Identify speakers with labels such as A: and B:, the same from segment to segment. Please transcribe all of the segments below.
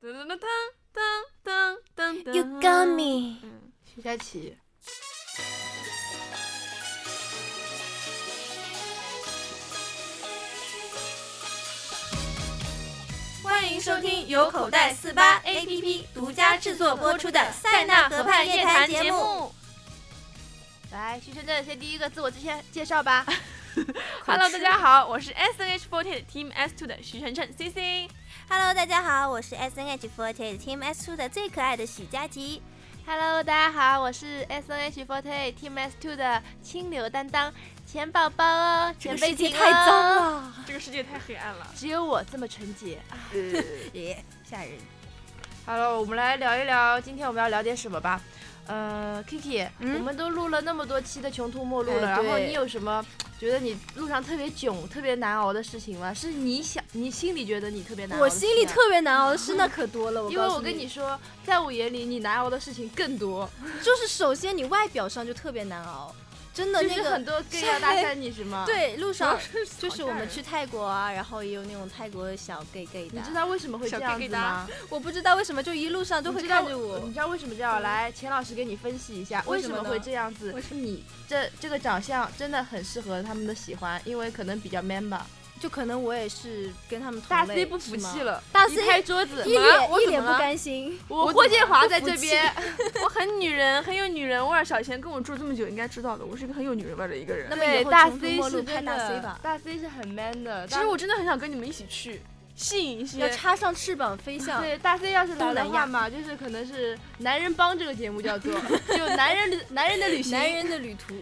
A: 噔噔噔噔噔噔噔。
B: You got me。
A: 嗯，
C: 徐佳琪，
A: 欢迎收听由口袋四八 APP 独
B: 家制作播出的塞纳河畔夜谈节目。
C: 来，徐晨正先第一个自我之前介 绍吧。
A: Hello，大家好，我是 SNH48 Team S2 的徐晨晨 CC。
B: Hello，大家好，我是 SNH48 Team S2 的最可爱的许佳琪。
C: Hello，大家好，我是 SNH48 Team S2 的清流担当钱宝宝哦，
B: 这
C: 钱
B: 个
C: 贝
B: 世界
C: 景哦
B: 太脏，了，
A: 这个世界太黑暗了。
C: 只有我这么纯洁。啊
B: 耶，吓人。
C: 好了，我们来聊一聊，今天我们要聊点什么吧？呃，Kiki，、
B: 嗯
C: 我们都录了那么多期的穷途末路了，
B: 哎
C: 然后
B: 对
C: 你有什么觉得你路上特别囧、特别难熬的事情吗？是你想，你心里觉得你特别难熬
B: 我
C: 的事情啊
B: 心里，特别难熬的事那可多了，我
C: 因为
B: 告诉
C: 我跟你说，在我眼里你难熬的事情更多，
B: 就是首先你外表上就特别难熬，真的那
C: 就是
B: 个
C: 很多 gay 要搭讪你是吗？，
B: 对路上就
A: 就是
B: 我们去泰国啊，然后也有那种泰国的小 gay gay
C: 你
B: 的，
C: 知道为什么会
A: 小
C: 这
A: gay
C: 样
A: gay
C: 子
A: 搭
C: 吗？
B: 我不知道为什么就一路上都
C: 你
B: 会
C: 知道
B: 看着我
C: 你，知道为什么这样？来，钱老师给你分析一下，
B: 为
C: 为
B: 什
C: 什
B: 么呢
C: 么会这样子？你这这个长相真的很适合他们的喜欢，因为可能比较 man 吧。
B: 就可能我也是跟他们同
C: 大
B: 类
C: C 不服
B: 是吗
C: 气了，
B: 大
C: 一
B: C
C: 拍桌子，
B: 一
A: 怎么了
B: 脸
A: 我
B: 一
A: 怎
B: 脸
A: 么
B: 不
A: 了
B: 甘心，
C: 我霍建华在
B: 不服
C: 这
B: 气
C: 边，
A: 我很女人，很有女人味儿。小贤跟我住这么久，应该知道的，我是一个很有女人味儿的一个人
B: 那。么以
C: 对
B: 后
C: 大
B: 穷途
C: C
B: 末
C: 是
B: 路拍
C: 真
B: 大 C
C: 的
B: 吧，
C: 大 C 是很 man 的。
A: 其实我真的很想跟你们一起去，吸引一
B: 要
A: 些
B: 插上翅膀飞
C: 大
B: 向。
C: 对大 C 要是来
B: 东
C: 的
B: 南
C: 话
B: 亚
C: 嘛，就是可能是男人帮这个节目 叫做，就男人的男人的旅行。
B: 男人的旅途，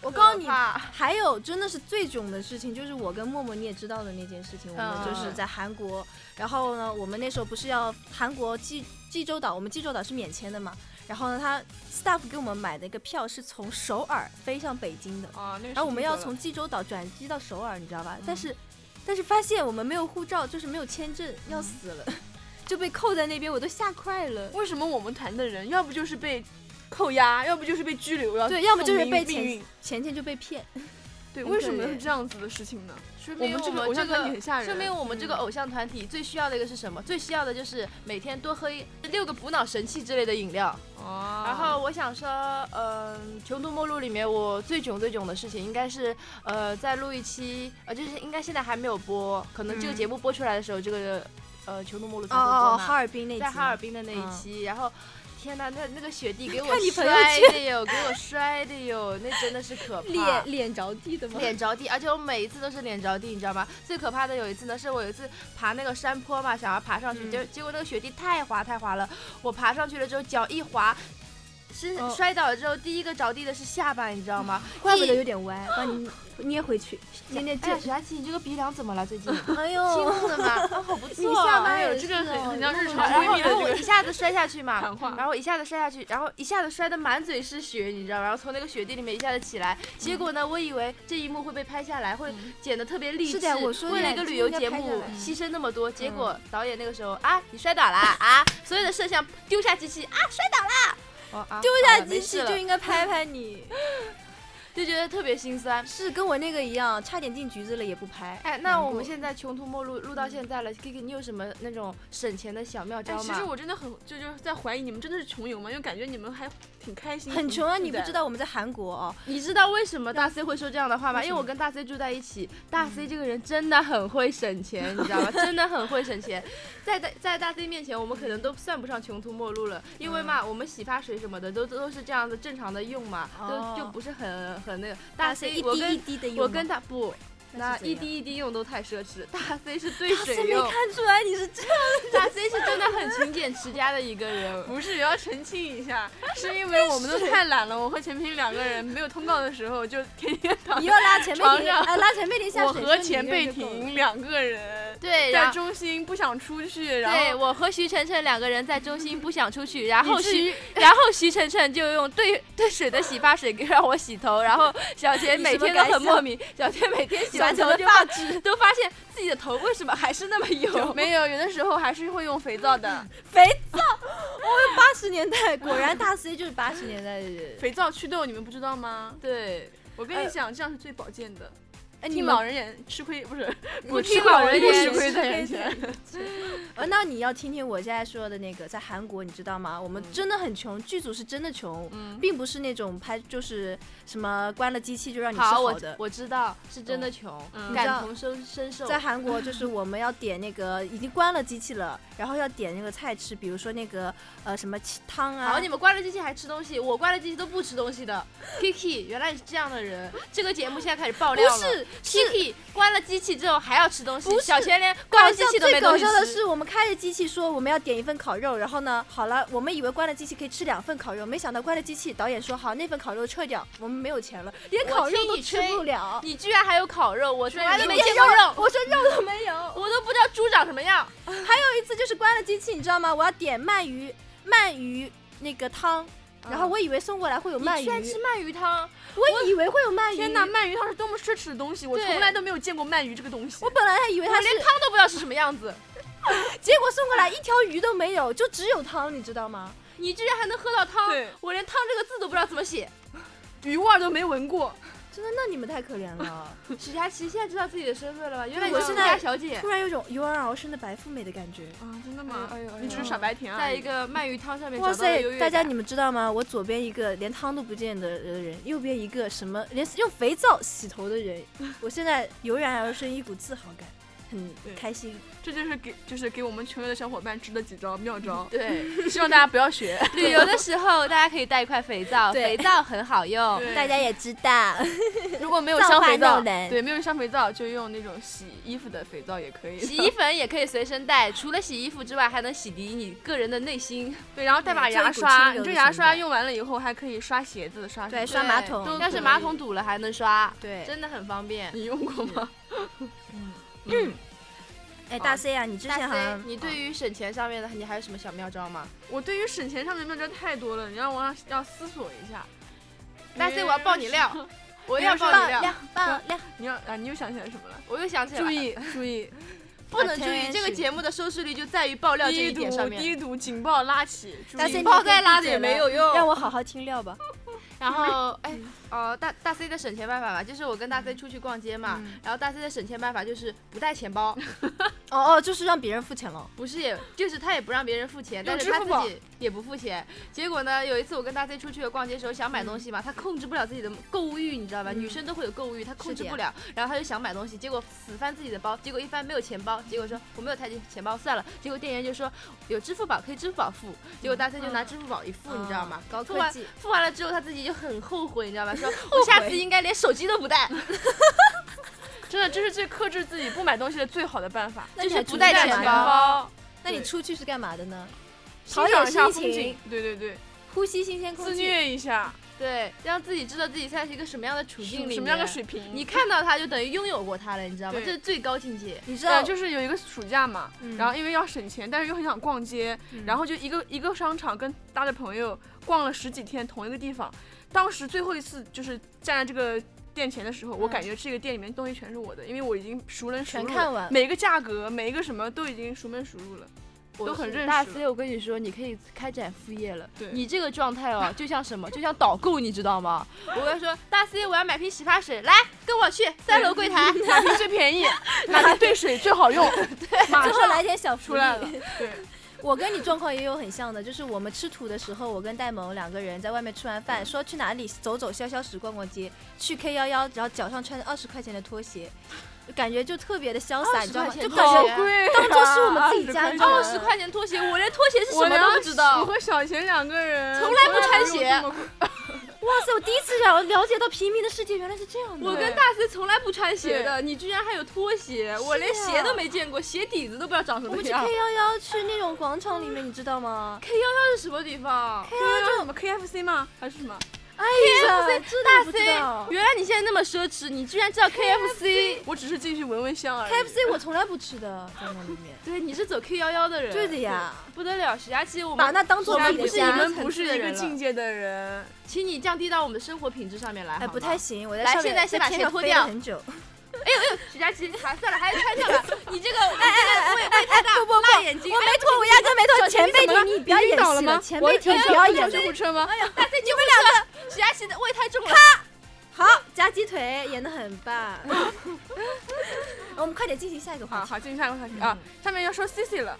B: 我
C: 我
B: 告诉你， 还有真的是最囧的事情，就是我跟默默你也知道的那件事情，我们
C: 嗯
B: 就是在韩国，然后呢，我们那时候不是要韩国济济州岛，我们济州岛是免签的嘛，然后呢，他 staff 给我们买的一个票是从首尔飞向北京的，
A: 啊，那个
B: 然后我们要从济州岛转机到首尔，你知道吧？但是，但是发现我们没有护照，就是没有签证，要死了， 就被扣在那边，我都吓坏了。
A: 为什么我们团的人，要不就是被扣押，要不就是被拘留，要
B: 对，要么就是
A: 送
B: 被
A: 命
B: 钱
A: 运
B: 钱钱就被骗，
A: 对，
C: 很
A: 为
C: 可
A: 什么是
C: 怜
A: 这样子的事情呢？
C: 说
A: 我
C: 明
A: 们这个
C: 我
A: 偶
C: 们
A: 像
C: 这
A: 团体
C: 个
A: 很吓人，
C: 说明我们这
A: 嗯
C: 个偶像团体最需要的一个是什么？最需要的就是每天多喝一六个补脑神器之类的饮料。
A: 哦
C: 然后我想说，嗯，《穷途末路》里面我最囧最囧的事情，应该是呃，在录一期，呃，就是应该现在还没有播，可能这个
A: 嗯
C: 节目播出来的时候，这个呃，《穷途末路》才
B: 哦
C: 会播
B: 哦，
C: 嘛
B: 哈尔滨那集
C: 在哈
B: 吗
C: 尔滨的那
A: 嗯
C: 一期，然后。天呐，那那个雪地给我
B: 看你朋友
C: 摔的哟，给我摔的哟，那真的是可怕。
B: 脸脸着地的吗？
C: 脸着地，而且我每一次都是脸着地，你知道吗？最可怕的有一次呢，是我有一次爬那个山坡嘛，想要爬上去，
A: 嗯
C: 结、结果那个雪地太滑太滑了，我爬上去了之后脚一滑。是
A: 哦
C: 摔倒了之后，第一个着地的是下巴，你知道吗？
B: 怪不得
C: 一
B: 有点歪，把你捏回去，捏捏
C: 哎呀，
B: 这。
C: 许佳琪，你这个鼻梁怎么了？最 近心
B: 哎
C: 痛的 吗？啊，好不错。
B: 你下巴
A: 哎呦，
B: 也
A: 这个
B: 是哦
A: 很很像日
B: 那
A: 常
B: 么
C: 然
A: 闺
C: 后，
A: 蜜的
C: 然后我
A: 这
C: 一
A: 个
C: 下子摔下去嘛，
A: 谈 话。
C: 然后一下子摔下去，然后一下子摔得满嘴是血，你知道吗？然后从那个雪地里面一下子起来，结果呢，我以为这一幕会被拍下来，会剪得特别励志。
B: 嗯是的我说
C: 为
B: 应
C: 了
B: 该
C: 一个旅游节
B: 应该拍
C: 目
B: 下来嗯
C: 牺牲那么多，结果导演那个时候啊，你摔倒啦啊，所有的摄像丢下机器啊，摔倒啦。哦啊、
B: 丢
C: 好
B: 下
C: 了
B: 机
C: 没事
B: 器
C: 了
B: 就应该拍拍你，
C: 就觉得特别心酸。
B: 是跟我那个一样，差点进局子了也不拍。
C: 哎，
B: 难
C: 那我
B: 过
C: 们现在穷途末路录到现在了，Kiki，你有什么那种省钱的小妙招
A: 哎，
C: 吗？
A: 其实我真的很就就是在怀疑你们真的是穷游吗？因为感觉你们还挺开心，
B: 很
A: 挺
B: 穷啊，
A: 自
B: 你不
A: 在
B: 知
A: 的。
B: 道我们在韩国哦，
C: 你知道为什么大 C 会说这样的话吗？
A: 为什么
C: 因为我跟大 C 住在一起，大 C 这个人真的很会省钱，你知 道吗？真的很会省钱，在在在大 C 面前，我们可能都算不上穷途末路了，因
B: 嗯
C: 为嘛，我们洗发水什么的都都是这样子正常的用嘛，
B: 哦
C: 都就不是很很那个。
B: 大
C: C，
B: 一
C: 我
B: 滴一
C: 跟
B: 滴的用吗。
C: 我跟他不。
B: 那
C: 那
B: 是怎
C: 一
B: 样
C: 滴一滴用都太奢侈了，大 C 是对
B: 大 C
C: 水
B: 啊没
C: 用，
B: 看出来你是这，
C: 大 C 是真的很勤俭持家的一个 人。
A: 不是，也要澄清一 下，是因为我们都太懒了。我和钱平两个人没有通告的时候，就天天躺
B: 你
A: 在
B: 要拉前辈
A: 床
B: 婷，
A: 上
B: 啊，拉前辈婷下
A: 我
B: 水。
A: 和
B: 说你
A: 钱
B: 一个
A: 贝
B: 人就够了
A: 婷两个人
C: 对，然
A: 在
C: 后。
A: 中心不想出去，然
C: 对
A: 后
C: 我和徐晨晨两个人在中心不想出去，然后
A: 以至
C: 徐然后徐晨晨就用兑兑水的洗发水给让我洗头，然后小田
B: 你
C: 每
B: 什么
C: 天都
B: 感
C: 很
B: 想
C: 莫名，小田每天洗完
B: 小
C: 头
B: 头
C: 就
B: 发
C: 发都发现自己的头为什么还是那么 油，
A: 没有，有的时候还是会用肥皂 的，
B: 肥皂，我八十年代果然大 C 就是八 十年代的人。
A: 肥皂祛痘，你们不知道吗？
C: 对。
A: 呃我跟你讲，这样是最保健的。
B: 哎，你
A: 听
B: 们
A: 老人言吃亏不 是？不
C: 听
A: 吃
C: 老
A: 老
C: 人
A: 不
C: 言
A: 吃亏
B: 吃
A: 在
B: 亏
A: 人
B: 在
A: 前。
B: 呃，那你要听听我现在说的那个，在韩国你知道吗？我们
A: 嗯
B: 真的很穷，剧组是真的穷，
A: 嗯
B: 并不是那种拍就是什么关了机器就让你吃
C: 好，我
B: 的。
C: 我知道是真的穷，
A: 嗯
C: 感同身身受。
B: 在韩国，就是我们要点那个已经关了机器了，然后要点那个菜吃，比如说那个呃什么汤啊。
C: 好，你们关了机器还吃东西，我关了机器都不吃东西的。Kiki，原来你是这样的人。这个节目现在开始爆
B: 不
C: 料了。
B: 是是
C: Kiki 关了机器之后还要吃东西
B: 不，是
C: 小钱连
B: 搞
C: 关了机
B: 笑，
C: 器都没
B: 最搞
C: 东西
B: 笑的
C: 吃。
B: 是，我们开着机器说我们要点一份烤肉，然后呢，好了，我们以为关了机器可以吃两份烤肉，没想到关了机器，导演说好那份烤肉撤掉，我们没有钱了，连
C: 我
B: 烤肉
C: 听
B: 都
C: 你
B: 吃
C: 吹
B: 不了。
C: 你居然还有烤肉，我从来都没
B: 点
C: 见过肉，
B: 我说肉都没有。
C: 我都不知道猪长什么样。
B: 还有一次就是关了机器，你知道吗？我要点鳗鱼，鳗鱼那个汤，然后我以为送过来会有鳗
C: 啊你
B: 鱼
C: 居，然吃鳗鱼汤，
B: 我以为会有鳗 鱼。
A: 天哪，！鳗鱼汤是多么奢侈的东西，我
C: 对
A: 从来都没有见过鳗鱼这个东西
B: 我。本来还以为
C: 我
B: 它是
C: 连，汤都不知道是什么样子。
B: 结果送过来一条鱼都没有，就只有汤，你知道吗？
C: 你居然还能喝到汤
A: 对，
C: 我连汤这个字都不知道怎么写。
A: 鱼味儿都没闻过。
B: 真的，那你们太可怜了。
C: 许佳琪现在知道自己的身份了吧？原来你
B: 我
C: 是
B: 现
C: 家
B: 在
C: 小姐
B: 突。然有种油然而生的白富美的感觉。
A: 啊，真的吗？
C: 哎呦哎呦哎呦
A: 你只是傻白甜啊！
C: 在一个鳗鱼汤上面
B: 哇
C: 找到了优
B: 塞，
C: 越
B: 大家
C: 感，
B: 你们知道吗？我左边一个连汤都不见的呃人，右边一个什么连用肥皂洗头的人，我现在油然而生一股自豪感，
A: 对
B: 很开心。
A: 这就是给就是给我们球友的小伙伴支的几招妙招
C: 对
A: 希望大家不要学。
C: 旅游的时候，大家可以带一块肥皂，
B: 对
C: 肥皂很好用。
A: 对
B: 大家也 知道，
A: 如果没有香肥皂，
B: 造化弄人
A: 对，没有香肥皂就用那种洗衣服的肥皂也可以。
C: 洗衣粉也可以随身带，除了洗衣服之外，还能洗涤你个人的内心。
A: 对，然后
C: 嗯
A: 带把
B: 对做一
A: 牙
B: 股
A: 刷，
B: 清
A: 你
B: 流
A: 这
B: 的
A: 牙
B: 存
A: 刷
B: 在
A: 用完了以后还可以刷鞋子、刷什
B: 对，
A: 么
B: 刷
C: 对
B: 马桶
A: 都
C: 要是马桶堵了还能刷，嗯
B: 对，
C: 真的很方便。
A: 你用过吗？嗯
B: 哎，大 C 啊，你之前
C: 大
B: 好
C: C，
B: 像
C: 你对于省钱上面的，你还有什么小妙招吗？
A: 我对于省钱上面的妙招太多了，你让我要要思索一下。
C: 大 C，我要爆你料， 我
A: 比
C: 要
A: 如说
C: 爆
B: 爆
C: 你料，
B: 料爆料，
A: 你要啊，你又想起来什么了？
C: 我又想起来
A: 注
C: 了，
A: 意注 意，
C: 不能注意
B: Attention
C: 这个节目的收视率就在于爆料这一
A: 低
C: 点
A: 堵
C: 上面，
A: 低堵，警报拉起，注
B: 大 C，
A: 意
B: 你。
C: 爆再拉的也没有用。
B: 让我好好听料吧。
C: 然后， 哎，呃，大大 C 的省钱办法吧，就是我跟大 C 出去逛街嘛，然后大 C 的省钱办法就是不带钱包，
B: 哦哦，就是让别人付钱了。
C: 不是也，就是他也不让别人付钱，但
A: 用
C: 是他
A: 支
C: 自
A: 付宝
C: 己也不付钱。结果呢，有一次我跟大 C 出去逛街的时候，想买东西嘛，他控制不了自己的购物欲，你知道吧？
B: 嗯
C: 女生都会有购物欲，他控制
B: 是的
C: 不了，然后他就想买东西，结果死翻自己的包，结果一翻没有钱包，结果说我没有带钱包，算了。结果店员就说有支付宝可以支付宝付，结果大 C 就拿支付宝一付，
B: 嗯
C: 你知道吗？
B: 高
C: 付
B: 科
C: 完
B: 技
C: 付完了之后，他自己就很后悔，你知道吧？说我下次应该连手机都不带，
A: 真的，这是最克制自己不买东西的最好的办法。
B: 那
C: 就
B: 你
C: 是
B: 还
C: 不
B: 出去
C: 带
B: 干
C: 钱
B: 嘛呢
A: 包，
B: 哦那你
A: 对
B: 出去是干嘛的呢？
A: 欣
B: 陶冶
A: 赏一下
B: 心
A: 风景
B: 情，，
A: 对对对，
B: 呼吸新鲜空
A: 自
B: 气。
A: 虐一下，
C: 对，让自己知道自己现在是一个什么样的处境里面，
A: 什么样的水平？
C: 你看到它就等于拥有过它了，你知道吗？
A: 对
C: 这是最高境界。
B: 你知道
A: 呃，，就是有一个暑假嘛，
B: 嗯
A: 然后因为要省钱，但是又很想逛街，然后就一个一个商场跟搭着朋友逛了十几天同一个地方。当时最后一次就是站在这个店前的时候，我
B: 嗯
A: 感觉这个店里面东西全是我的，因为我已经熟能熟
B: 全
A: 路了，
B: 看完。
A: 每个价格每一个什么都已经熟门熟路了。
C: 我
A: 都很
C: 是
A: 认识
C: 大
A: 了
C: C，我跟你说，你可以开展副业了。
A: 对
C: 你这个状态哦，就像什么？就像导购，你知道吗？我跟他说，大 C，我要买瓶洗发水，来跟我去三楼柜台。
A: 哪瓶最便宜，哪瓶兑水最好用，马
B: 最后
A: 上
B: 来点小福
A: 出
B: 利。
A: 来了。对，
B: 我跟你状况也有很像的，就是我们吃土的时候，我跟戴萌两个人在外面吃完饭，说去哪里走走消消食、逛逛街，去 K 幺幺，然后脚上穿着二十块钱的拖鞋，感觉就特别的潇洒，
C: 20
B: 你知道吗？
C: 块钱
B: 就
C: 拖
B: 感
C: 鞋
B: 觉
A: 好贵、啊，
B: 当做是我们自己家
A: 20块钱
B: 的
C: 二十块钱拖鞋，我连拖鞋哦是什
A: 我
C: 么
A: 俩
C: 都不知
A: 我
C: 道。
A: 和小贤两个人啊
C: 从来不穿鞋
A: 从来没有这么贵
B: 哇塞！我第一次了了解到平民的世界原来是这样的。
C: 我跟大 C 从来不穿鞋的，你居然还有拖鞋，我连鞋都没见过，鞋底子都不知道长什
B: 我
C: 么
B: 们去 K
C: 样。
B: 幺幺去那种广场里面，你知道吗？
C: K 幺幺是什么地方？
A: 对啊，什么 KFC 吗？还是什么？
B: 哎呀，
C: 大
B: 大
C: C，原来你现在那么奢侈，你居然知道 KFC。
A: 我只是进去闻闻香而已。
B: KFC 我从来不吃的，在那里面。
C: 对，你是走 K 幺幺的人，
B: 对的，呀，
C: 不得了，许佳琪，我们
B: 把那当做
A: 我
C: 我
B: 自
A: 们不是
B: 己的
A: 你
B: 家。
A: 们不是一个境界的人，
C: 请你降低到我们的生活品质上面来，
B: 哎，
C: 好
B: 不
C: 吗
B: 太。行，我在
C: 来
B: 上面
C: 现在
B: 在
C: 先把
B: 天
C: 鞋
B: 上
C: 脱
B: 飞
C: 掉
B: 了很久。
C: 许佳琪，还算了，还是穿上 吧。你这个，哎哎哎，胃胃太大，哎辣眼睛。
B: 我没脱，我压根没脱。前辈
A: 怎么了
B: 你你不要演
A: 晕倒了
B: 戏
A: 吗？
B: 前辈
A: 我哎
B: 你不要
A: 我
B: 演
A: 救护
B: 戏。
A: 车吗？
C: 哎呀，大 C，你们两个，许佳琪的胃太重了。
B: 好，夹鸡腿演的很棒。 我们快点进行下一个话
A: 好
B: 题。
A: 好，进行下一个话题啊，下面要说 C C 了。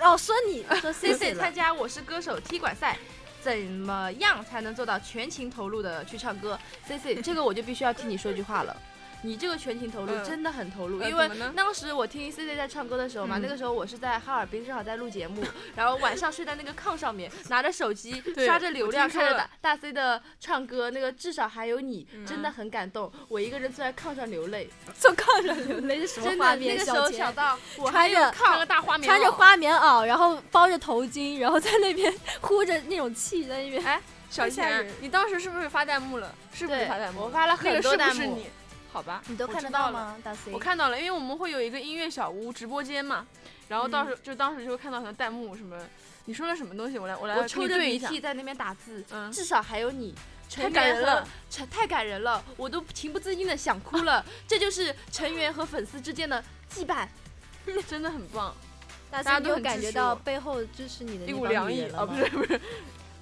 B: 哦，说你说
C: C
B: C
C: C
B: C
C: 参加《我是歌手》踢馆赛，怎么样才能做到全情投入的去唱歌？C C，这个我就必须要替你说一句话了。你这个全情投入
A: 嗯
C: 真的很投入，
A: 呃
C: 因为
A: 怎么呢
C: 当时我听 C C 在唱歌的时候嘛，
A: 嗯
C: 那个时候我是在哈尔滨，正好在录节目， 然后晚上睡在那个炕上面，拿着手机
A: 对
C: 刷着流量，
A: 我听
C: 看
A: 说
C: 着
A: 了嗯
C: 大大 C 的唱歌，那个至少还有你，真的很感动。我一个人坐在炕上流泪，
B: 从炕上流泪是什
C: 真
B: 么
C: 的
B: 画
C: 那
B: 面？
C: 个时
B: 小
C: 候
B: 杰
C: 想到我
B: 穿
C: 还有
B: 着
A: 看
C: 炕
A: 个大花棉袄，
B: 穿着花棉袄，然后包着头巾，然后在那边 呼着那种气，在那边
A: 小
B: 吓
A: 钱
B: 人，
A: 你当时是不是发弹幕了？是不是
C: 对
A: 发弹，幕？
C: 我发了
A: 那
C: 很
A: 个
C: 多
A: 是不
C: 弹
A: 是
C: 幕。
A: 你？好吧，
B: 你都
A: 我
B: 看
A: 知
B: 得
A: 道
B: 到
A: 了
B: 吗？大 C，
A: 我看到了，因为我们会有一个音乐小屋直播间嘛，然后
B: 嗯
A: 到时候、就当时就会看到很多弹幕什么，你说了什么东西，我来我来
C: 我
A: 跟
C: 抽
A: 你
C: 着
A: 对
C: 鼻
A: 一下，
C: 涕在那边打字，
A: 嗯，
C: 至少还有你。
A: 太
C: 成
A: 感
C: 员
A: 人
C: 和
A: 了，
C: 成太感人了，我都情不自禁的想哭了。这就是成员和粉丝之间的羁绊。
A: 真的很棒，
B: 大
A: 大家都
B: C，你有
A: 很
B: 感
A: 支
B: 觉
A: 持
B: 到
A: 我
B: 背后支持你的
A: 一
B: 那
A: 股
B: 帮
A: 凉
B: 女
A: 意
B: 人了
A: 啊，不
B: 吗
A: 是不 是，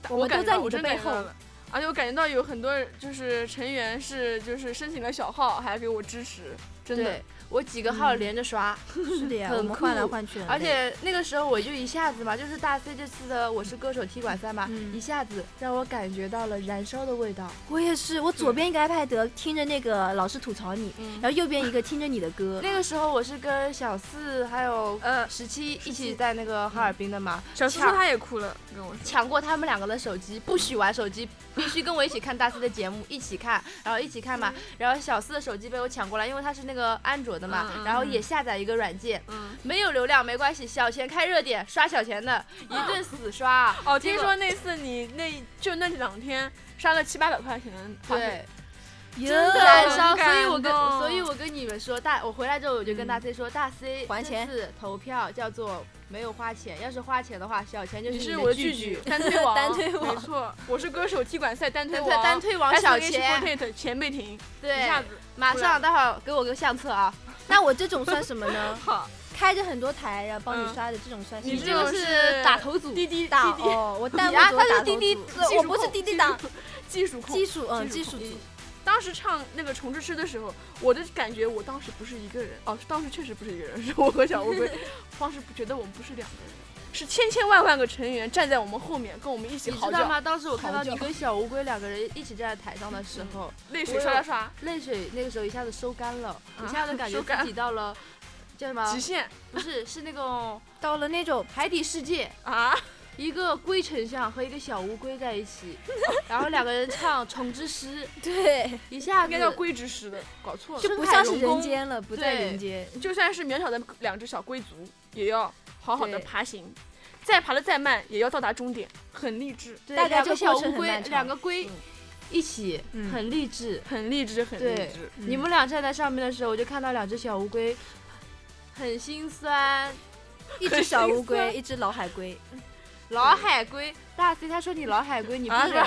B: 我们
A: 感
B: 都
A: 觉到
B: 在你
A: 我
B: 的
A: 真感
B: 背
A: 觉到
B: 后
A: 了。而且我感觉到有很多就是成员是就是申请了小号，还给我支持，真的嗯
C: 对我几个号连着刷，
B: 是的呀，
C: 很
B: 我们换来
C: 酷
B: 换去的，
C: 而且那个时候我就一下子嘛，就是大 C 这次的《我是歌手》踢馆赛嘛，
B: 嗯
C: 一下子让我感觉到了燃烧的味道。
B: 我也是，我左边一个 iPad 听着那个老师吐槽你，
A: 嗯
B: 然后右边一个听着你的歌。
C: 那个时候我是跟小四还有
A: 呃，
C: 十七一起在那个哈尔滨的嘛，
A: 小苏
C: 抢
A: 说他也哭了，跟 我说。
C: 抢过他们两个的手机，不许玩手机，必须跟我一起看大 C 的节目，一起看，然后一起看嘛。
A: 嗯
C: 然后小四的手机被我抢过来，因为他是那个安卓的嘛，
A: 嗯嗯
C: 然后也下载一个软件，
A: 嗯，
C: 没有流量没关系，小钱开热点刷小钱的，一顿死刷。
A: 哦，
C: 结
A: 听
C: 果
A: 说那次你那就那两天杀了七八百块钱花费，
C: 对，
B: 哟
C: 真的
A: 很
C: 燃 烧，所以
A: 感
C: 我跟
A: 动
C: 所以我跟你们说，大我回来之后我就
A: 嗯
C: 跟大 C 说，大 C
B: 还钱
C: 这次投票叫做没有花钱，要是花钱的话，小钱就是
A: 你是
C: 的
A: 我的
C: 巨
A: 巨
C: 巨
A: 巨， 单推王，
B: 单推王
A: 没错，我是歌手踢馆赛单推
C: 单
A: 王，
C: 推 单推王小钱，
A: 钱，钱被停，
C: 对
A: 一，下子
C: 马
A: 出来
C: 上待会儿给我个相册啊。
B: 那我这种算什么呢？
A: 好，
B: 开着很多台，然后帮你
A: 嗯
B: 刷的这种算什
A: 你
B: 么？
C: 你这
A: 这
C: 个
A: 个
C: 是
A: 是
C: 打头组，
A: 滴滴
B: 打
A: 滴滴
B: 哦，我弹幕
C: 啊
B: 组
C: 他是
B: 打头
C: 滴滴
B: 组
C: 技
B: 对
A: 术
B: 我不是
A: 控
B: 滴滴
A: 技
B: 党，
A: 技术控
B: 技。术嗯技术
A: 控
B: 组，
A: 当时唱那个《虫之诗》的时候，我的感觉我当时不是一个人，哦，当时确实不是一个人，是我和小乌龟，当时不觉得我们不是两个人，是千千万万个成员站在我们后面，跟我们一起
C: 你
A: 嚎
C: 知道
A: 叫，
C: 吗？当时我看到
A: 嚎叫
C: 你跟小乌龟两个人一起站在台上的
A: 嗯
C: 时候，
A: 泪水刷刷刷，
C: 泪水那个时候一下子收干了，
A: 啊
C: 一 下子感觉
A: 收干
C: 自己到了叫什么
A: 极？限
C: 不是，是那种
B: 到了那种
C: 海底世界，
A: 啊！
C: 一个龟丞相和一个小乌龟在一起，然后两个人唱《虫之诗》，
B: 对，
C: 一下
A: 应
C: 子
A: 该叫龟之诗的，搞错了，
B: 就不像是人间了，不在人间。
A: 就算是渺小的两只小龟族，也要好好的
B: 对
A: 爬行，再爬的再慢，也要到达终点，很励志，
C: 对
B: 大概
C: 两
B: 这
C: 个
B: 个
C: 小
B: 过程
C: 乌
B: 很
C: 龟，
B: 漫长
C: 两个龟
A: 嗯
C: 一起，
B: 嗯
C: 很励志。
A: 很励志，很励
C: 对
A: 志。
B: 嗯
C: 你们俩站在上面的时候，我就看到两只小乌龟，很心酸。
B: 一只小乌龟，一只老海龟，
C: 老海龟，大 C 他说你老海龟，你不
A: 啊是吧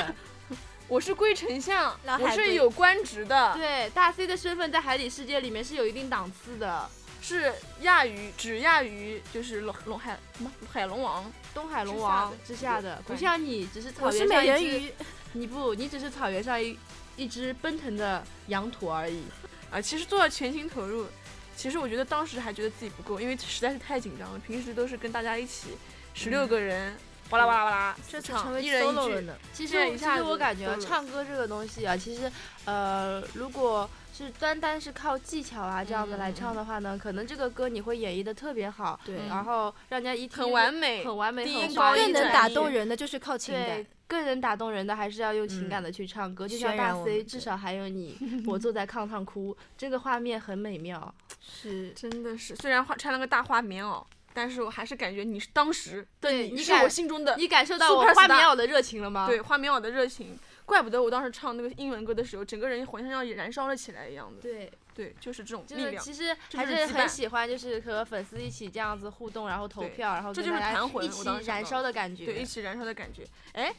C: 忍。
A: 我是龟丞相，
B: 老海
A: 我是
B: 龟
A: 有官职的，
C: 对，大 C 的身份在海底世界里面是有一定档次的，
A: 是亚于只亚于就是龙龙海什么海龙王，
C: 东海龙
A: 之下
C: 王
A: 的
C: 之下的，
A: 对
C: 不像你，只是
B: 我
C: 草
B: 是
C: 原上
B: 美
C: 一
B: 人
C: 只，
B: 鱼，
C: 你不，你只是草原上一一只奔腾的羊驼而已。
A: 啊，其实做到全情投入，其实我觉得当时还觉得自己不够，因为实在是太紧张了。平时都是跟大家一起，十六个人，哇啦哇啦哇啦，
B: 嗯这次
A: 唱
B: 成为
A: 一人一
B: solo
A: 句
B: 了呢。
C: 其实
A: 对
C: 我
A: 一
C: 其
A: 下
C: 实我
A: 子
C: 感觉啊
A: 都有
C: 唱歌这个东西啊，其实呃，如果是单单是靠技巧啊这样子来唱的话呢，可能这个歌你会演绎的特别好，
B: 对
A: 嗯
C: 然后让人家一听
A: 很完美，
C: 很完美，
A: 低
C: 很
A: 音
C: 华
A: 高
C: 丽
A: 音
B: 更能
A: 转
B: 打
A: 移
B: 动人的就是靠情
C: 对
B: 感。，
C: 更能打动人的还是要用
A: 嗯
C: 情感的去唱歌，就像
B: 渲
C: 大
B: 染我
C: C
B: 们
C: 至
B: 的
C: 少还有你， 我坐在炕上哭，这个画面很美妙。
B: 是，
A: 真的是，虽然花穿了个大花棉袄，但是我还是感觉你是当时的
C: 对
A: 你
C: 你
A: 是
C: 感
A: 我心中的
C: 你感受到我
A: Superstar
C: 画棉袄的热情了
B: 啊
C: 吗？
A: 对花棉袄的热情，怪不得我当时唱那个英文歌的时候，整个人浑身像燃烧了起来一样的。
C: 对，
A: 对，就是这种
C: 就
A: 力
C: 是
A: 量，
C: 其实
A: 这
C: 还
A: 就是
C: 是
A: 羁
C: 很
A: 绊
C: 喜欢，就是和粉丝一起这样子互动，然后投
A: 对
C: 票，然后
A: 这
C: 跟
A: 就是
C: 大家
A: 弹魂
C: 一
A: 我
C: 起
A: 当时想
C: 燃
A: 到
C: 烧
A: 了
C: 的感觉。
A: 对，一起燃烧的感觉。哎，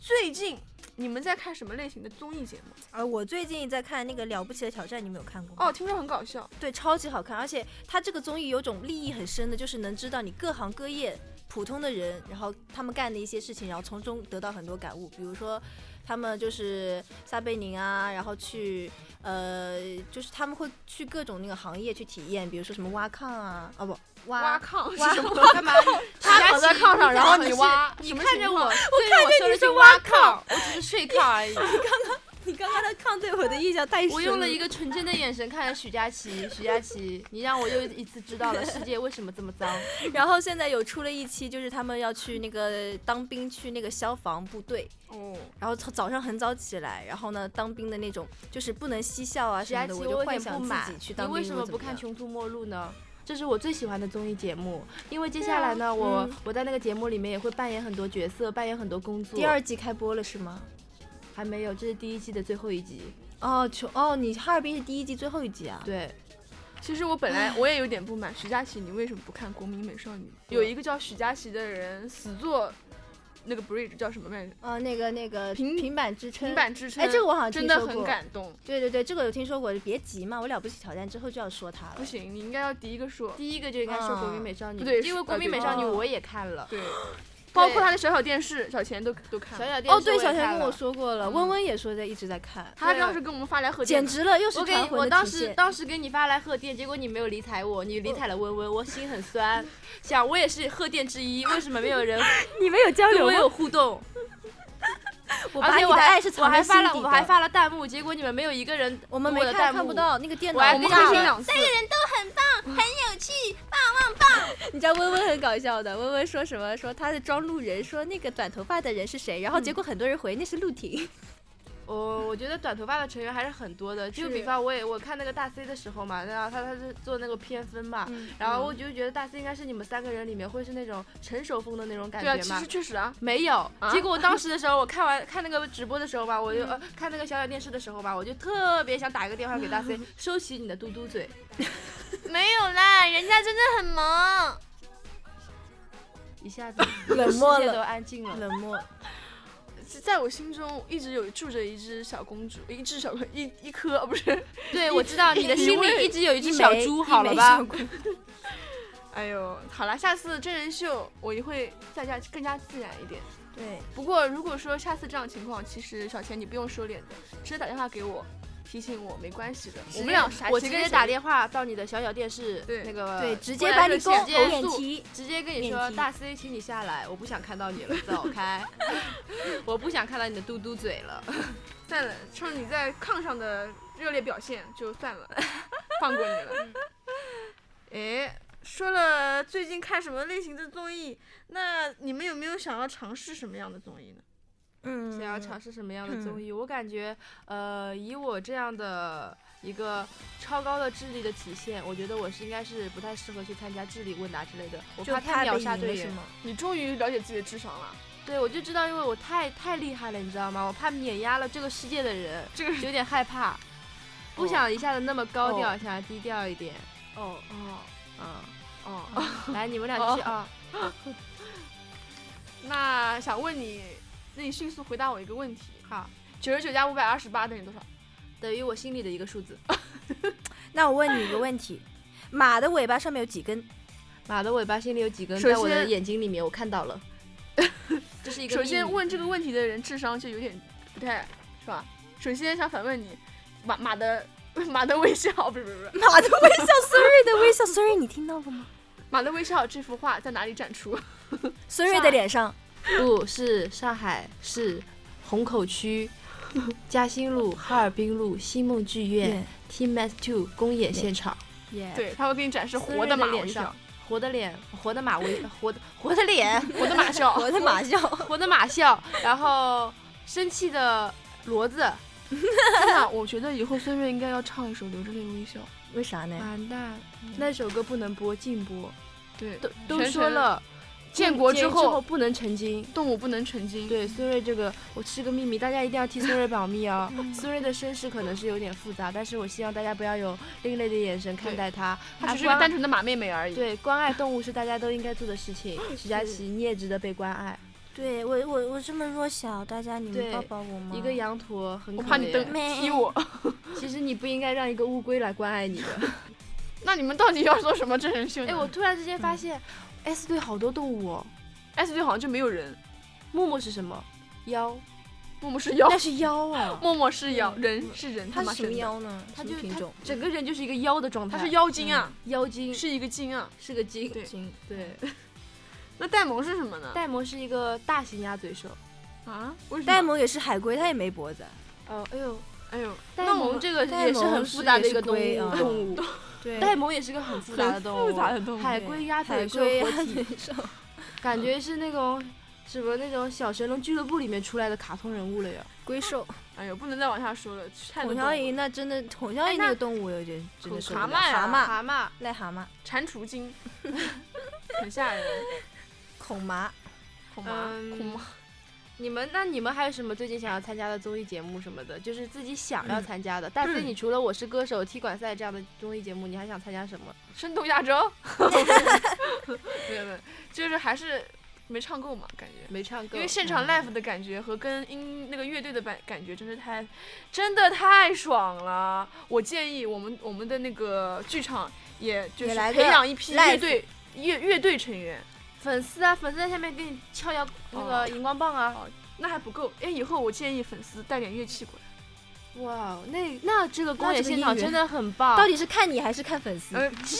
A: 最近你们在看什么类型的综艺节目？
B: 而我最近在看那个《了不起的挑战》，你们有看过吗？
A: 哦，听说很搞笑，
B: 对，超级好看，而且它这个综艺有种立意很深的，就是能知道你各行各业普通的人，然后他们干的一些事情，然后从中得到很多感悟。比如说，他们就是撒贝宁啊，然后去呃，就是他们会去各种那个行业去体验，比如说什么挖炕啊，啊不
C: 挖
B: 挖
C: 炕是
B: 挖
C: 什么？干嘛？他
A: 躺在炕上，然后你挖，
C: 你
A: 什么
C: 看
A: 情
C: 着
A: 况
C: 我，，对着我看着你是挖炕，我只是睡炕而已。
B: 你刚刚的炕对我的印象太深
C: 我用了一个纯真的眼神看着许佳琪，许佳琪，你让我又一次知道了世界为什么这么脏。
B: 然后现在有出了一期，就是他们要去那个当兵，去那个消防部队，
A: 哦，
B: 然后早上很早起来，然后呢，当兵的那种就是不能嬉笑啊什
C: 许佳
B: 么的，
C: 琪，
B: 就
C: 有
B: 幻
C: 点
B: 想
C: 不
B: 自
C: 满
B: 己去，
C: 你
B: 当兵
C: 为什么
B: 会怎
C: 不看《
B: 样
C: 穷途末路》呢？这是我最喜欢的综艺节目，因为接下来呢，我我在那个节目里面也会扮演很多角色，扮演很多工作。
B: 第二季开播了是吗？
C: 还没有，这是第一季的最后一集。
B: 哦，穷哦，你哈尔滨是第一季最后一集啊？
C: 对，
A: 其实我本来我也有点不满，徐佳琪，你为什么不看《国民美少女》？有一个叫徐佳琪的人死做那个 bridge 叫什么来着？
B: 啊、那个那个
A: 平
B: 平板支撑，
A: 平板支撑。
B: 哎，这个我好像
A: 真
B: 听
A: 的
B: 说
A: 很
B: 过。
A: 感动。
B: 对对对，这个有听说过，别急嘛，我了不起挑战之后就要说他了
A: 不。行，你应该要第一个说。
C: 第一个就应该说《国民美少女》
A: 嗯
B: 啊
A: 对
C: 因为《
A: 是
C: 国民美少女
B: 哦》
C: 我也看了。
A: 对，包括他的小小电视，小钱都都看
C: 小
A: 了。
C: 小电
B: 哦，
C: 视
B: 对，
C: 我也
B: 小
C: 看
B: 陈跟
C: 了
B: 我说过了，
A: 嗯
B: 温温也说在一直在看，
A: 他当时跟我们发来贺电
B: 简
A: 卡，
B: 直了，又是
C: 我给
B: 传
C: 你，我
B: 魂的
C: 当
B: 体
C: 时
B: 现。
C: 当时给你发来贺电，结果你没有理睬我，你理睬了温温，我心很酸。想我也是贺电之一，为什么没有人
B: 你们有交
C: 跟我有互动？
B: 我把
C: 而且
B: 哎你
C: 我
B: 的
C: 还
B: 爱是
C: 我
B: 藏
C: 还
B: 在心
C: 发
B: 底
C: 了
B: 的。
C: 我还发了弹幕，结果你们没有一个人
B: 我们
C: 我
B: 没
C: 的
B: 看
C: 弹
B: 看不
C: 幕
B: 到那个电脑，
C: 我还
A: 我们
C: 跟你
A: 更
C: 说
A: 新两次。
B: 你知道温温很搞笑的，温温说什么？说他是装路人，说那个短头发的人是谁？然后结果很多人回那是陆婷。
C: 我、呃我觉得短头发的成员还是很多的，就是比方我也我看那个大 C 的时候嘛，然后他他是做那个偏分嘛，然后我就觉得大 C 应该是你们三个人里面会是那种成熟风的那种感
A: 对啊，
C: 觉
A: 其
C: 嘛。
A: 实确实 啊，
C: 没有
A: 啊，
C: 结果我当时的时候，我看完看那个直播的时候吧，我就、呃看那个小小电视的时候吧，我就特别想打一个电话给大 C，收起你的嘟嘟嘴。
D: 没有啦，人家真的很萌。
C: 一下子
B: 冷漠
C: 世界
B: 了
C: 都安静了。
B: 冷漠，
A: 在我心中一直有住着一只小公主，一只小一一颗哦，不是，
C: 对，我知道你的
A: 一
C: 心
A: 位
C: 里一直有一只
B: 一
C: 小
B: 枚
C: 猪，
B: 一
C: 好了
B: 枚
C: 吧
B: 小？
A: 哎呦，好啦，下次真人秀我也会再加更加自然一点。
B: 对，
A: 不过如果说下次这样情况，其实小钱你不用收敛的，直接打电话给我，提醒我没关系的。我们俩啥？
C: 我
A: 谁
C: 直
A: 跟
C: 接
A: 谁
C: 打电话到你的小小电视
A: 对
C: 那个
B: 对，直
A: 过
B: 接
A: 来
B: 把
A: 热
B: 你
A: 线
B: 公
A: 直接
B: 演
A: 速
B: 提。
C: 直接跟你说
B: 免，提
C: 大 C，请你下来，我不想看到你了，走开，我不想看到你的嘟嘟嘴了。
A: 算了，趁你在炕上的热烈表现就算了，放过你了。 哎，说了最近看什么类型的综艺，那你们有没有想要尝试什么样的综艺呢？
B: 嗯
C: 想要尝试什么样的综艺？我感觉，呃，以我这样的一个超高的智力的体现，我觉得我是应该是不太适合去参加智力问答之类的，我
B: 就
C: 怕太秒
B: 被
C: 杀
B: 赢了
C: 队
B: 是
C: 友。
B: 吗？
A: 你终于了解自己的智商了，
C: 对，我就知道，因为我太太厉害了，你知道吗？我怕碾压了这个世界的人，
A: 这个
C: 有点害怕，不
A: 哦
C: 想一下子那么高
A: 哦
C: 调，想要低调一点。
B: 哦，
A: 哦
C: 嗯，
A: 哦。
C: 来，你们俩
A: 哦
C: 继续啊。
A: 那想问你，那你迅速回答我一个问题。
C: 好，
A: 九十九加五百二十八等于多少？
C: 等于我心里的一个数字。
B: 那我问你一个问题：马的尾巴上面有几根？
C: 马的尾巴心里有几根？
A: 首
C: 在我的
A: 先
C: 眼睛里面，我看到 了。这是一个
A: 首
C: 秘
A: 先
C: 密
A: 问这个问题的人智商就有点不太，是吧？首先想反问你，马马的 马的微笑，不是不是不是，
B: 马的微笑，Siri 的微笑，Siri 你听到了吗
A: 马的微笑这幅画在哪里展出？
B: ？Siri 的脸上，
C: 不是上海市虹 口区嘉兴路、哈尔滨路星梦剧院 Team X Two 公演现场。
B: 耶，
A: 对，他会给你展示活
C: 的
A: 马微
C: 脸
A: 笑
C: 上，，活的脸，活的马微，活的活的脸，
A: 活的马笑，
B: 我的马笑，
C: 活的马笑，然后生气的骡子。
A: 嗯那啊我觉得以后孙悦应该要唱一首《流着泪微笑》。
B: 为啥呢？
C: 完蛋，那首歌不能播，禁播。
A: 对，
C: 都都
A: 全
C: 说
A: 程
C: 了，
A: 建国之
C: 之
A: 后
C: 不能成精。
A: 动物不能成精。，
C: 对孙瑞这个，我是个秘密，大家一定要替孙瑞保密哦。
A: 嗯
C: 孙瑞的身世可能是有点复杂，但是我希望大家不要有另类的眼神看待他。
A: 她只是一
C: 啊
A: 个
C: 关
A: 单纯的马妹妹而已。
C: 对关爱动物是大家都应该做的事情。
A: 嗯
C: 徐佳琪，你也值得被关爱。
B: 对我我我这么弱小，大家你
C: 对
B: 们抱抱我吗？
C: 一个羊驼很
A: 嗯我
C: 可
A: 怕你蹬
C: 怜，
B: 没
A: 踢我。
C: 其实你不应该让一个乌龟来关爱你的。哎
A: 那你们到底要做什么真人秀呢？
C: 哎，我突然之间发现，S 队好多动物哦，
A: S 队好像就没有人，
C: 默默是什么？妖，
A: 哦默默是妖，
B: 那是妖啊，
A: 默默是妖，
B: 嗯
A: 人是人，
B: 它
A: 妈
B: 是什么
A: 神的？
B: 妖呢？
C: 他
B: 什
C: 就
B: 么品
C: 他
B: 种？
C: 整个人就是一个妖的状态，
A: 他是妖精啊，
C: 妖精，
A: 是一个精啊。
C: 是个精
A: 对
C: 精。对，
A: 那戴蒙是什么呢？
C: 戴蒙是一个大型鸭嘴兽。
A: 啊，为什么？
B: 呆萌也是海龟，它也没脖子。
C: 哦，哎呦，
A: 哎呦，
C: 戴
A: 那我
C: 蒙
A: 们
C: 这个
B: 戴
C: 也是
B: 蒙
C: 很
B: 是
C: 复杂的
B: 也
C: 一
B: 是
C: 个动
B: 龟
C: 物，
B: 啊
C: 动物。
B: 对
C: 戴蒙也是个很复杂的动物，
A: 复杂的动物
C: 海
B: 对
C: 龟、鸭
B: 海
C: 嘴兽、
B: 龟、
C: 活
B: 海
C: 体，
B: 龟兽，
C: 感觉是那种什么那种小神龙俱乐部里面出来的卡通人物了呀。
B: 龟兽。
A: 哎呦，不能再往下说了，太多
B: 孔
A: 动物了哎
B: 祥姨那真的，孔祥姨那
A: 那
B: 个动物我觉得真的受不了。
A: 蛤蟆呀
B: 蛤蟆、
C: 蛤蟆，
B: 癞蛤蟆、
A: 蟾蜍 精，很吓人。
B: 孔麻，
A: 恐麻，
C: 嗯
A: 恐麻，
C: 你们那你们还有什么最近想要参加的综艺节目什么的？就是自己想要参加的。大飞，
A: 嗯
C: 你除了《我是歌手》《踢馆赛》这样的综艺节目，你还想参加什么？
A: 生动亚洲。没有没有，就是还是没唱够嗯嘛，感觉。
C: 没唱歌，
A: 因为现
C: 嗯
A: 场 live 的感觉和跟音那个乐队的感感觉真是太，真的太爽了。我建议我们我们的那个剧场，也就是
B: 也来个
A: 培养一批乐
B: live
A: 队乐乐队成员。
C: 粉丝啊，粉丝在下面给你敲摇那个
A: 哦
C: 荧光棒啊！
A: 那还不够，哎，以后我建议粉丝带点乐器过来。
C: 哇，那那这个公
B: 那
C: 演
B: 这个
C: 现场
B: 音乐
C: 真的很棒。
B: 到底是看你还是看粉丝？
A: 哦呃，击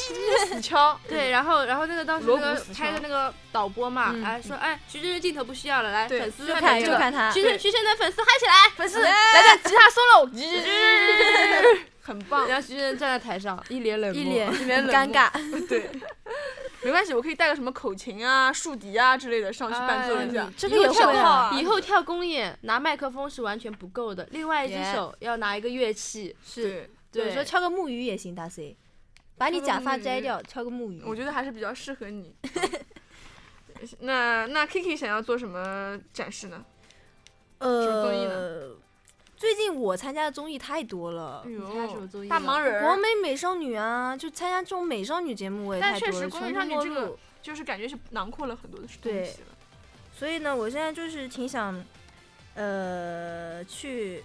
A: 死 敲，
C: 对，，然后然后那个当时
A: 锣
C: 那
A: 鼓
C: 个
A: 死
C: 拍的
A: 伤
C: 那个导播嘛，
A: 嗯
C: 哎说哎，徐峥的镜头不需要了，来
A: 对
C: 粉丝
A: 就看
B: 就看
A: 这
B: 就
A: 个
B: 看他。
C: 徐
A: 对
C: 峥徐峥的粉丝嗨起 来，
A: 粉丝来点吉他 solo，很 棒。
C: 然后徐峥站在台上一脸冷漠，
B: 一脸
A: 一脸
B: 很
A: 冷
B: 尴
A: 漠
B: 尬，
A: 对，没关系，我可以带个什么口琴啊、竖笛啊之类的上去伴奏
C: 哎
A: 一下。
B: 这
C: 以
B: 个
C: 后
B: 也
C: 跳
B: 会啊，
A: 以
C: 以
A: 后
C: 后跳公演拿麦克风是完全不够的，另外一只
B: Yeah
C: 手要拿一个乐器。
A: 是，
B: 有
C: 对
B: 时候，敲个木鱼也行，大 C，把你
A: 敲个
B: 假发
A: 木鱼
B: 摘掉，敲个木鱼。
A: 我觉得还是比较适合 你。嗯那那 Kiki 想要做什么展示呢？什么综艺
B: 呃，最近我参加的综艺太多了
A: 哎，
C: 你参加什么综艺
A: 大
C: 了
A: 忙人
B: 国
A: 儿，
B: 美美少女啊，就参加这种美少女节目我也
A: 但
B: 太
A: 确
B: 多
A: 实
B: 了，
A: 国
B: 从
A: 美少女
B: 中
A: 这
B: 国
A: 个
B: 路
A: 就是感觉是囊括了很多的东
B: 对
A: 西了。
B: 所以呢，我现在就是挺想，呃，去，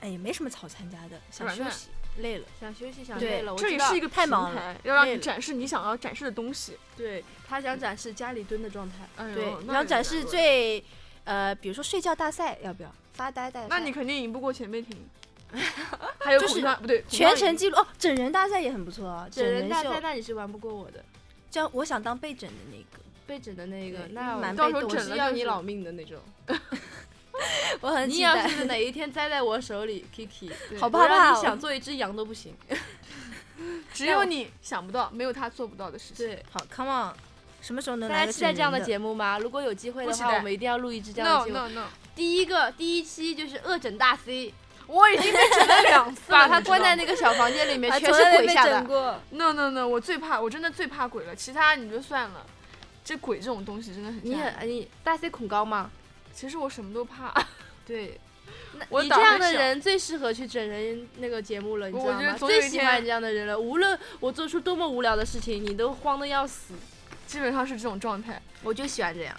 B: 哎，也没什么好参加的，想
A: 软
B: 休
A: 软
B: 息，累了。
C: 想休息想
B: 对
C: 累了，我
A: 这
C: 知
A: 也
C: 道
A: 是一个
B: 太
A: 平
B: 忙
A: 台，要让
B: 累
A: 你
B: 了
A: 展示你想要展示的东西。
C: 对他想展示家里蹲的状态。
A: 哎呦
B: 对，
A: 那
B: 然后
A: 有
B: 展
A: 点
B: 示
A: 难
B: 最，呃，比如说睡觉大赛，要不要发呆大赛？
A: 那你肯定赢不过前辈 婷，还有
B: 就是
A: 孔尚不对，孔
B: 全
A: 尚
B: 程
A: 赢
B: 记录哦，整人大赛也很不错啊，
C: 整人
B: 人
C: 大
B: 秀
C: 赛，那你是玩不过我的，
B: 叫我想当被整的那 个，
C: 被整的那个，
B: 对
C: 那
B: 蛮
C: 我
A: 到
B: 被
A: 时候
B: 动
C: 我
A: 整
B: 的。
C: 是
A: 了
C: 要
A: 就
C: 你
A: 是
C: 老命的那种。
B: 我很
C: 你
B: 期
C: 要
B: 待。
C: 是哪一天栽在我手里，Kiki，
A: 对
B: 好
C: 我
B: 怕
C: 让
B: 怕
C: 你
B: 哦
C: 想做一只羊都不行。
A: 只有你想不到，没有他做不到的事情。
C: 对，
B: 好，Come on，什么时候能
C: 大
B: 来
C: 家
B: 个
C: 期待
B: 整
C: 这样的
B: 人的啊
C: 节目吗？如果有机会
A: 不
C: 的
A: 期
C: 话，
A: 待
C: 我们一定要录一支这样的
A: No
C: 节目。
A: no no，
C: 第一个第一期就是恶整大 C，
A: 我已经被整了 两次了，
C: 把
A: 你
C: 他
A: 知
C: 关
A: 道
C: 在
A: 吗
C: 那个小房间里面，
B: 啊？
C: 全
B: 从
C: 是
B: 来没
C: 鬼
B: 被
C: 吓
B: 整
C: 的。
B: 过。
A: No no no，我最怕，我真的最怕鬼了，其他你就算了。这鬼这种东西真的很吓
C: 你
A: 人，
C: 很你大 C 恐高吗？
A: 其实我什么都怕，
C: 对，
A: 我
C: 你
A: 胆
C: 这
A: 儿
C: 样的
A: 小，
C: 人最适合去整人那个节目了，你知
A: 我
C: 道
A: 觉得
C: 吗？
A: 总有一
C: 最喜欢
A: 天
C: 你这样的人了。无论我做出多么无聊的事情，你都慌得要死。
A: 基本上是这种状态。
C: 我就喜欢这样。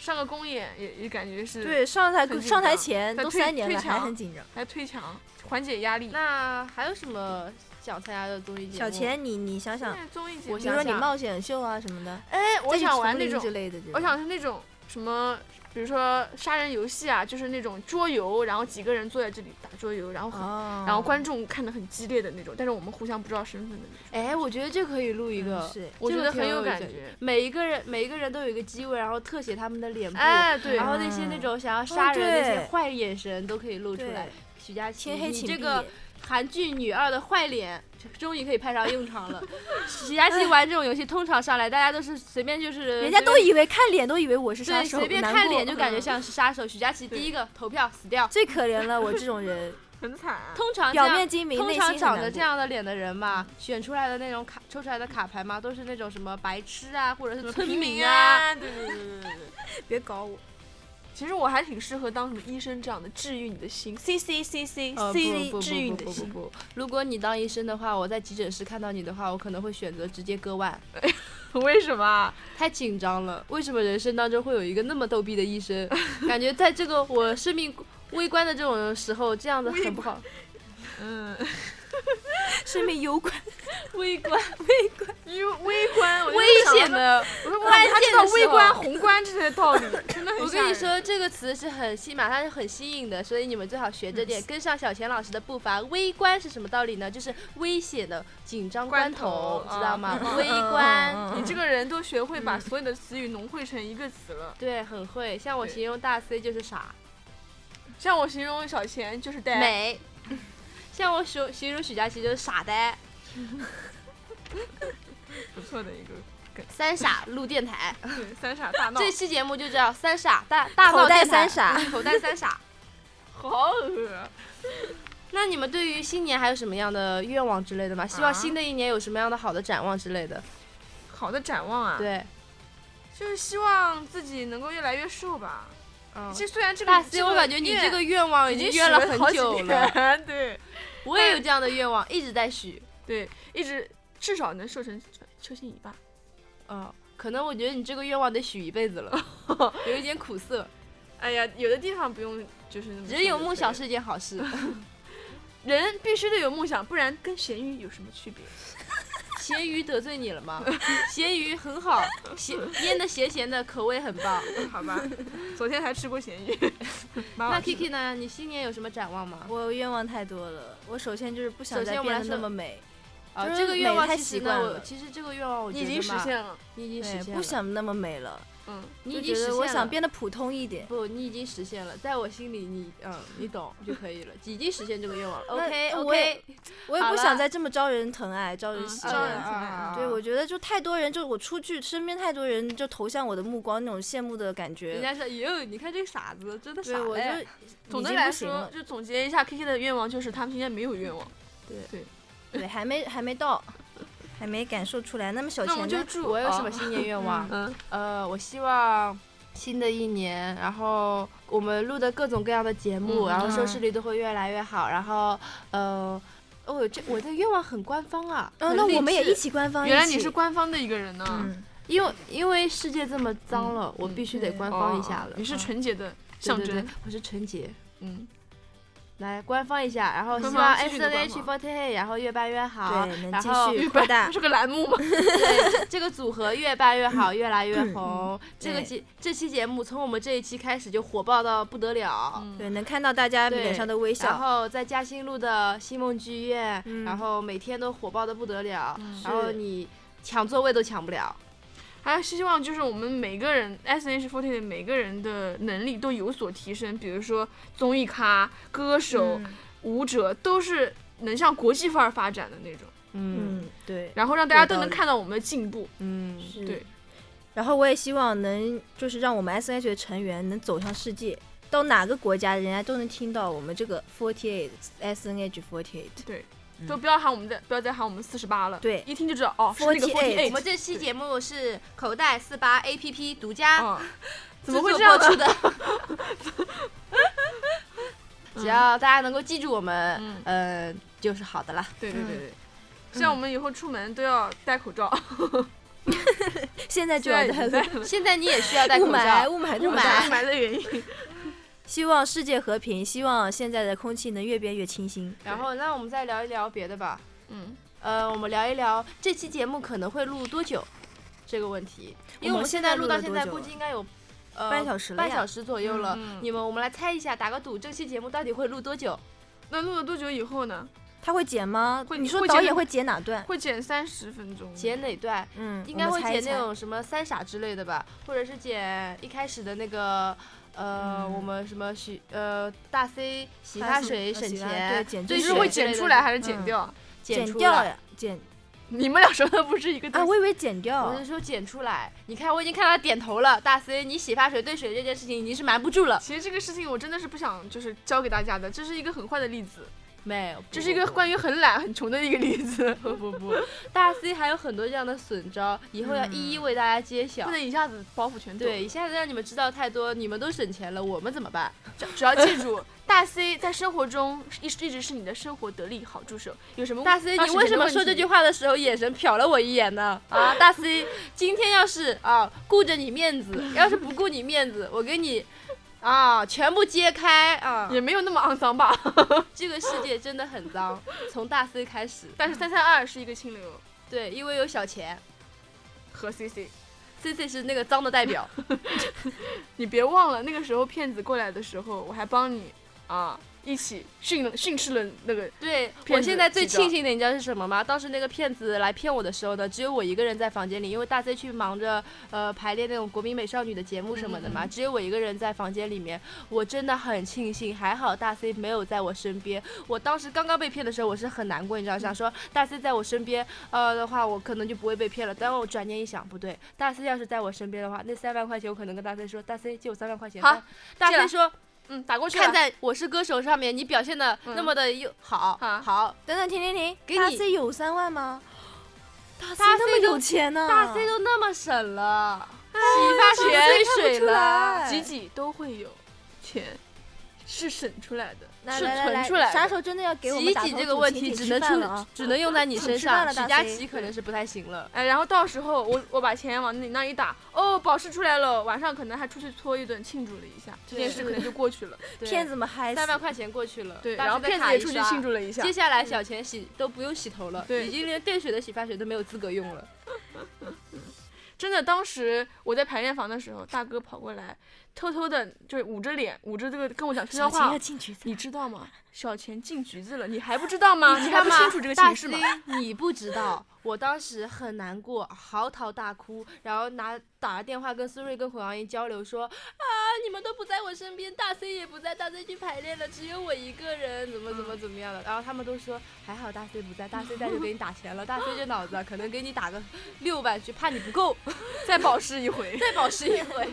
A: 上个公演也也感觉是，
B: 对，上台
A: 很紧
B: 上台
A: 张
B: 前
A: 在
B: 都
A: 推
B: 三年
A: 推
B: 了，还
A: 墙
B: 很紧张。
A: 还推墙缓解压力。
C: 那还有什么想参加的综艺节目？
B: 小，钱，你你想
A: 现
B: 想，
A: 在综艺节目，
C: 我
B: 比
C: 想
B: 如说你
C: 想
B: 冒险秀啊什么的，
A: 哎，我
B: 再去
A: 想玩
B: 丛
A: 那
B: 林
A: 种
B: 之类的这种。
A: 我想是那种什么，比如说杀人游戏啊，就是那种桌游，然后几个人坐在这里打桌游，然后很、
B: 哦，
A: 然后观众看得很激烈的那种，但是我们互相不知道身份的那种，
C: 哎，我觉得这可以录一
B: 嗯
C: 个。
B: 是
A: 我
C: 这
A: 觉
C: 个
A: 得
C: 挺
A: 很
C: 有
A: 有
C: 意
A: 感
C: 思
A: 觉。
C: 每一个人每一个人都有一个机位，然后特写他们的脸部，
A: 哎，对，
C: 然后那些那种想要杀人的
B: 嗯
C: 那些
B: 对
C: 坏眼神都可以露出来
B: 对。，
C: 许佳琪，
B: 天黑
C: 你
B: 请
C: 这
B: 闭
C: 个
B: 眼。
C: 韩剧女二的坏脸终于可以派上 用场了。许佳琪玩这种游戏，通常上来大家都是随便就是，
B: 人家都以为看脸都以为我是
C: 随便
B: 杀手，
C: 对随便
B: 难
C: 看
B: 过嗯
C: 脸 就感觉像是杀手。许佳琪
A: 对
C: 第一个投票死掉，
B: 最可怜了我这种人，
A: 很惨、啊。
C: 通常这
B: 表
C: 样
B: 面精明，
C: 通
B: 内
C: 常
B: 心
C: 长
B: 很
C: 得
B: 难
C: 这
B: 过。
C: 样的脸的人嘛，选出来的那种卡抽出来的卡牌嘛，都是那种什么白痴啊，或者是村
A: 平民
C: 民啊。，
A: 对对对对对对。
B: 别搞我，
A: 其实我还挺适合当什么医生这样的，治愈你的心，C C C C
C: 呃
A: C
C: 不不不
A: 治愈你
C: 不
A: 的
C: 不不
A: 心。
C: 不，如果你当医生的话，我在急诊室看到你的话，我可能会选择直接割腕，
A: 为什么啊？
C: 太紧张了。为什么人生当中会有一个那么逗逼的医生？感觉在这个我生命危关的这种时候，这样子很不好。
A: 嗯，
B: 生命有关，
C: 微观
A: 因为微观，我就
C: 危
A: 想
C: 险
A: 到，
C: 的。
A: 我说哇，你还
C: 关键
A: 知道
C: 的时
A: 微观、
C: 候
A: 宏观这些道理，真的很
C: 我
A: 吓
C: 跟你
A: 人，
C: 说，这个词是很吸，马上是很新颖的，所以你们最好学着点，
A: 嗯
C: 跟上小钱老师的步伐。微观是什么道理呢？就是危险的紧张关头，
A: 关头
C: 知道吗？
B: 嗯
C: 微观，
A: 你这个人都学会把所有的词语融汇成一个词了。
C: 对，很会。像我
A: 对
C: 形容大 C 就是傻
A: 像我形容小钱就是呆，
C: 美， 像我形形容许佳琪就是傻呆。
A: 不错的一个
C: 三傻录电台，
A: 对三傻大闹，
C: 这期节目就叫三傻大大闹
B: 口袋
C: 电
B: 三
C: 台
B: 傻
C: 嗯口袋三傻。
A: 好恶。
C: 那你们对于新年还有什么样的愿望之类的吗？希望新的一年有什么样的好的展望之类的？
A: 好的展望啊，
C: 对，
A: 就是希望自己能够越来越瘦吧。
C: 嗯
A: 其实虽然这个
C: 大 C，我感觉你这个愿望
A: 已
C: 已经
A: 许
C: 愿了很久
A: 好
C: 了
A: 几。 年对
C: 我也有这样的愿望，一直在许。
A: 对，一直至少能瘦成邱心怡吧。
C: 嗯，可能我觉得你这个愿望得许一辈子了， 有一点苦涩。
A: 哎呀，有的地方不用就是那么
C: 人有
A: 说就
C: 梦
A: 可以
C: 想
A: 了
C: 是一件好事。
A: 人必须得有梦想，不然跟咸鱼有什么区别？
C: 咸鱼得罪你了吗？ 咸鱼很好，咸腌的咸咸的，口味很棒。
A: 好吧，昨天还吃过咸 鱼。蛮好
C: 那
A: 吃的
C: Kiki 呢？你新年有什么展望吗？
B: 我愿望太多了。我首先就是不想
C: 首先
B: 再
C: 我们
B: 变
C: 来
B: 得
C: 说
B: 那么美，
C: 啊，
B: 就是
C: 这个愿望
B: 美太
C: 其
B: 习
C: 实
B: 惯
C: 呢，我
B: 了
C: 其实这个愿望我
A: 你
C: 觉
A: 已经
C: 得
A: 实
C: 嘛，
A: 现了，
C: 你已经实
B: 对，
C: 现了。
B: 不，想那么美了，
A: 嗯，
C: 你
B: 就
C: 已经
B: 觉
C: 实现
B: 得我想
C: 了
B: 变得普通一点。
C: 不，你已经实现了，在我心里你嗯，你懂就可以了，已经实现这个愿望 了。
B: 那
C: OK
B: 我也
C: OK，
B: 我也
C: 好
B: 不
C: 了
B: 想再这么招人疼爱、招人
A: 嗯
B: 喜
A: 招人
B: 欢。
A: 疼爱啊
B: 对，我觉得就太多人，就我出去身边太多人就投向我的目光，那种羡慕的感
C: 人
B: 觉。
C: 家说哟，你看这个傻子真的傻
B: 对，我就
C: 嘞。
A: 总
B: 已
A: 的
B: 经
A: 来
B: 不行
A: 说
B: 了，
A: 就总结一下，K K 的愿望就是他们今天没有愿望。
B: 对，还没还没到，还没感受出来。那么小
A: 那我们
B: 钱
A: 就
B: 呢？
A: 祝
C: 我有什么
A: 哦
C: 新年愿望？
A: 嗯，
C: 呃，我希望新的一年，然后我们录的各种各样的节目，
A: 嗯
C: 然后收
B: 嗯
C: 视率都会越来越好。然后，呃，哦，我这我的愿望很官方啊。
B: 嗯、
C: 很
B: 那
C: 励
B: 我们也
C: 志
B: 一起官方一起。
A: 原来你是官方的一个人呢，
B: 嗯，
C: 因为因为世界这么脏了，我必须得
B: 对
C: 官
A: 哦
C: 方一下了。
A: 你是
C: 嗯
A: 纯洁的
C: 对
A: 象
C: 对对
A: 征，，
C: 我是纯洁。
A: 嗯，
C: 来官方一下，然后希
A: 官
C: 望
A: 方继续
C: S
A: 的
C: N
A: 官
C: H
A: 方
C: forty，然后越办越好，
B: 对，能
C: 然
B: 继
C: 后
B: 续扩大
A: 这。是个栏目吗？
C: 对 这个组合越办越好，越来越
A: 嗯
C: 红。这个
B: 对
C: 节这期节目从我们这一期开始就火爆到不得了，
A: 嗯
B: 对，能看到大家
C: 对
B: 脸上的微
C: 然
B: 笑。
C: 后在嘉兴路的星梦剧院，
B: 嗯
C: 然后每天都火爆的不得了，
A: 嗯
C: 然后
B: 是
C: 你抢座位都抢不了。
A: 还有希望就是我们每个人 S H f o r t 的每个人的能力都有所提升，比如说综艺咖、歌手、
B: 嗯
A: 舞者，都是能向国际范儿发展的那种，
C: 嗯
B: 嗯，对，
A: 然后让大家
B: 有道
A: 都能
B: 理
A: 看到我们的进步。
C: 嗯，
B: 是
A: 对。
B: 然后我也希望能就是让我们 S N H 的成员能走向世界，到哪个国家人家都能听到我们这个 Forty Eight S N H Forty Eight。
A: 对，
B: 嗯
A: 都不要喊我们再不要再喊我们四十八了，
B: 对
A: 一听就知道哦，是那个
B: 48
A: forty
C: 哎我们
A: eight。
C: 这期节目是口袋四八 A P P 独家
A: 啊，
C: 制
A: 怎
C: 作
A: 么会
C: 播
A: 这样呢
C: 出的。 只要大家能够记住我们，
A: 嗯
C: 呃，就是好的啦。
A: 对对对对，像我们以后出门都要戴口罩，
B: 现在就
A: 现
B: 要
A: 在已
B: 戴
A: 经
B: 了
A: 戴了，
C: 现在你也需要 戴
B: 雾
C: 口
B: 霾，
C: 罩，
B: 雾霾，
C: 雾霾
A: 雾霾的原因。
B: 希望世界和平，希望现在的空气能越变越清新。
C: 然后那我们再聊一聊别的吧。
A: 嗯，
C: 呃，我们聊一聊这期节目可能会录多久这个问题，因为
B: 我
C: 我
B: 们
C: 们现
B: 现在
C: 录
B: 录
C: 到
B: 了
C: 现
B: 多
C: 在
B: 久
C: 估
B: 了
C: 计应该有呃
B: 半小时了
C: 半
B: 呀
C: 小时左右了。
A: 嗯
C: 你们我们来猜一下，打个赌，这期节目到底会录多久？
A: 那录了多久以后呢？
B: 他会剪吗？
A: 会
B: 你说
A: 会
B: 导
A: 剪
B: 演
A: 的
B: 会剪哪段？
A: 会剪三十分钟，
C: 剪哪段？
B: 嗯，
C: 应
B: 我
C: 该
B: 们
C: 会
B: 猜一
C: 剪那
B: 猜
C: 种什么三傻之类的吧，或者是剪一开始的那个。呃，我们什么许呃大 C 洗
B: 还有
C: 发
B: 什么
C: 水
B: 呃
C: 省
B: 洗发
C: 钱，啊
B: 对剪
C: 对
A: 你
B: 就是是
A: 会
C: 之类
A: 剪
C: 的
A: 出来还是剪
B: 嗯
A: 掉？
C: 剪
B: 剪
C: 出
B: 掉
C: 来嗯
B: 呀，剪
A: 你们俩说的不是一个
B: 啊，
A: 东西。
B: 我以为剪
C: 我
B: 掉
C: 是。说剪出来。你看我已经看到他点头了，大 C 你洗发水兑水这件事情已经是瞒不住了。
A: 其实这个事情我真的是不想就是教给大家的，这是一个很坏的例子，
C: 没有，
A: 这是一个关于很懒很穷的一个例子，
C: 不不不，大 C 还有很多这样的损招，以后要一一为大家揭晓。
A: 不能一下子包袱全抖。
C: 对，一下子让你们知道太多，你们都省钱了，我们怎么办？
A: 只只要记住，大 C 在生活中一一直是你的生活得力好助手。有什么
C: 大 C，
A: 要
C: 你
A: 省
C: 为
A: 钱
C: 什
A: 的
C: 么
A: 问
C: 说
A: 题
C: 这句话的时候眼神瞟了我一眼呢？啊，大 C，今天要是啊顾着你面子，要是不顾你面子，我跟你啊，全部揭开啊！
A: 也没有那么肮脏吧。
C: 这个世界真的很脏，从大 C 开始。
A: 但是三三二是一个清流
C: 对，因为有小钱
A: 和 CC，
C: ，C C 是那个脏的代表。
A: 你别忘了那个时候骗子过来的时候，我还帮你啊一起训训斥了那个
C: 对我
A: 骗子
C: 现在最
A: 记着
C: 庆幸的，你知道是什么吗？当时那个骗子来骗我的时候呢，只有我一个人在房间里，因为大 C 去忙着呃排练那种国民美少女的节目什么的
A: 嗯
C: 嘛，只有我一个人在房间里面。我真的很庆幸，还好大 C 没有在我身边。我当时刚刚被骗的时候，我是很难过，
A: 嗯
C: 你知道，想说大 C 在我身边，呃的话，我可能就不会被骗了。但我转念一想，不对，大 C 要是在我身边的话，那三万块钱我可能跟大 C 说，大 C 借我三万块钱。
A: 好
C: 大
A: 借
C: C
A: 了
C: 说，
A: 嗯打过去了
C: 看。在《我是歌手》上面，你表现的那么的又好，
A: 啊
C: 好，
B: 等等，停停停，
C: 给
B: 大
C: 你
B: C 有三万吗？大 C
C: 大 C
B: 那么有
C: 都
B: 钱呢、
C: 大 C 都那么省了，
B: 哎
C: 洗发泉水了，
A: 挤挤都会有钱，是省出来的，
B: 来
A: 是
B: 来来
A: 存
B: 来
A: 出来的。
B: 啥时候真的要给我们
C: 挤
B: 打
C: 挤
B: 通
C: 这个
B: 主
C: 问
B: 题
C: 题
B: 请
C: 只
B: 吃
C: 能
B: 饭
C: 出
B: 了啊，
C: 只能用在你身
B: 吃饭
C: 上，
B: 了
C: 许
B: 大
C: 佳
B: C
C: 琪可能是不太行了。
A: 哎，然后到时候我我把钱往你那一打，哦，宝石出来了，晚上可能还出去搓一顿庆祝了一下，这件事可能就过去了。
B: 骗
C: 子
B: 子们嗨死
C: 三。万块钱过去了，
A: 对，
C: 大
A: 然后
C: 家
A: 骗子
C: 卡
A: 也
C: 一
A: 出去
C: 刷
A: 庆。祝了一下
C: 接。下
B: 嗯
C: 来小钱洗都不用洗头了，
A: 对
C: 已经连兑水的洗发水都没有资格用了。
A: 真的，当时我在排练房的时候，大哥跑过来，偷偷的就是捂着脸，捂着这个跟我讲悄悄
B: 小
A: 话
B: 要。进去，
A: 你知道吗？小钱进局子了，你还不知道吗？你还不
C: 啊看
A: 清
C: 吧
A: 楚这个
C: 大
A: 形势吗？
C: C，你不知道，我当时很难过，嚎啕大哭，然后拿打了电话跟孙瑞跟胡杨英交流说啊，你们都不在我身边，大 C 也不在，大 C 去排练了，只有我一个人，怎么怎
A: 嗯
C: 么怎么样了。然后他们都说还好大 C 不在，大 C 在就给你打钱了，大 C 这脑子啊可能给你打个六万去，怕你 不够，
A: 再保释一回。
C: 再保持一回。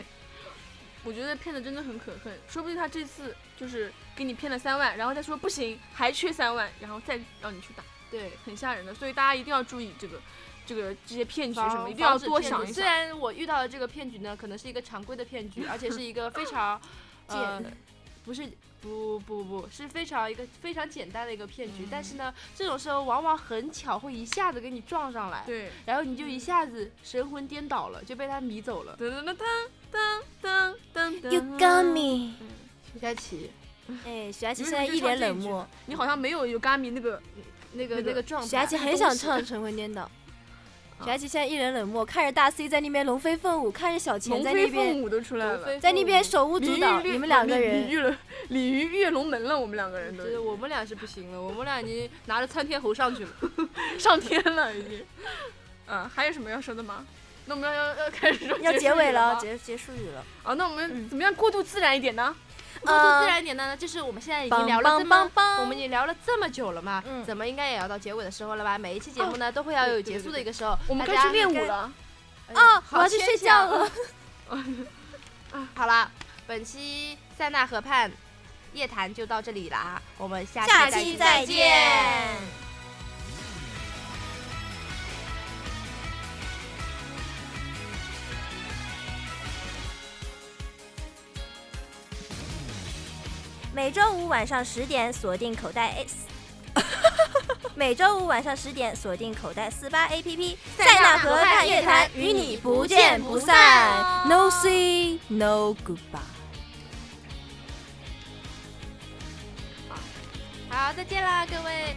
A: 我觉得骗子真的很可恨，说不定他这次就是给你骗了三万，然后再说不行，还缺三万，然后再让你去打，
C: 对。
A: 很吓人的。所以大家一定要注意这个、这个这些骗局什么，
C: 防
A: 一定要
C: 防止
A: 多
C: 骗
A: 想
C: 局
A: 一
C: 虽
A: 想。
C: 然我遇到的这个骗局呢，可能是一个常规的骗局，而且是一 个非常，呃
B: 贱，
C: 不是，不不不，是非常一个非常简单的一个骗局。但是
A: 嗯
C: 呢，这种时候往往很巧，会一下子给你撞上来，
A: 对，嗯
C: 然后你就一下子神魂颠倒了，就被他迷走了。
A: 噔噔噔噔噔噔噔。
B: You got me。
C: 徐佳琪
B: 哎，许佳琪
A: 你为
B: 现
A: 什么
B: 在
A: 就
B: 一
A: 唱
B: 脸
A: 这一
B: 冷
A: 句
B: 漠，
A: 你好像没有 Yogami 那个
C: 那
A: 那
C: 个
A: 个
C: 那个状态，
B: 许佳琪很想唱《晨昏颠倒》。许佳琪现在一脸冷漠，看着大 C 在那边龙飞凤舞，看着小钱
A: 龙
B: 在那
A: 飞
B: 边
A: 凤舞都出来
C: 龙
A: 了
C: 飞，
B: 在那边
C: 凤
B: 手舞足蹈，
A: 鲤鱼
B: 你们两个
A: 鲤
B: 人
A: 鱼了，鲤鱼跃龙门了，我们两个人
C: 舞。
A: 都
C: 就是我们俩是不行了，我们俩已经拿着窜天猴上去了。
A: 呃上天了已经。嗯，还有什么要说的吗？那我们要要要开始说
B: 要结
A: 束
B: 尾
A: 语
B: 了，
A: 吗
B: 结结束语了。
A: 啊，那我
C: 嗯
A: 们怎么样过渡自然一点呢？
C: 过渡
B: 呃
C: 自然一点呢，就是我们现在已经聊了这么
B: 棒棒棒
C: 我们已经聊了这么久了嘛，
B: 嗯
C: 怎么应该也要到结尾的时候了吧？每一期节目呢、都会要有结束的一个时候，
A: 我们
C: 大
A: 该
C: 家嗯
A: 去练舞了。
B: 哦，我
C: 好
B: 要去
C: 牵
B: 睡
C: 强啊
B: 觉了。
C: 好啦，本期塞纳河畔夜谈就到这里啦，我们下
B: 下
C: 再
B: 期
C: 见
B: 再见。每周五晚上十点锁定口袋 S，每周五晚上十点锁定口袋四八 APP，塞纳河畔乐坛与你不见不散。No see, no goodbye。
C: 好，再见啦，各位。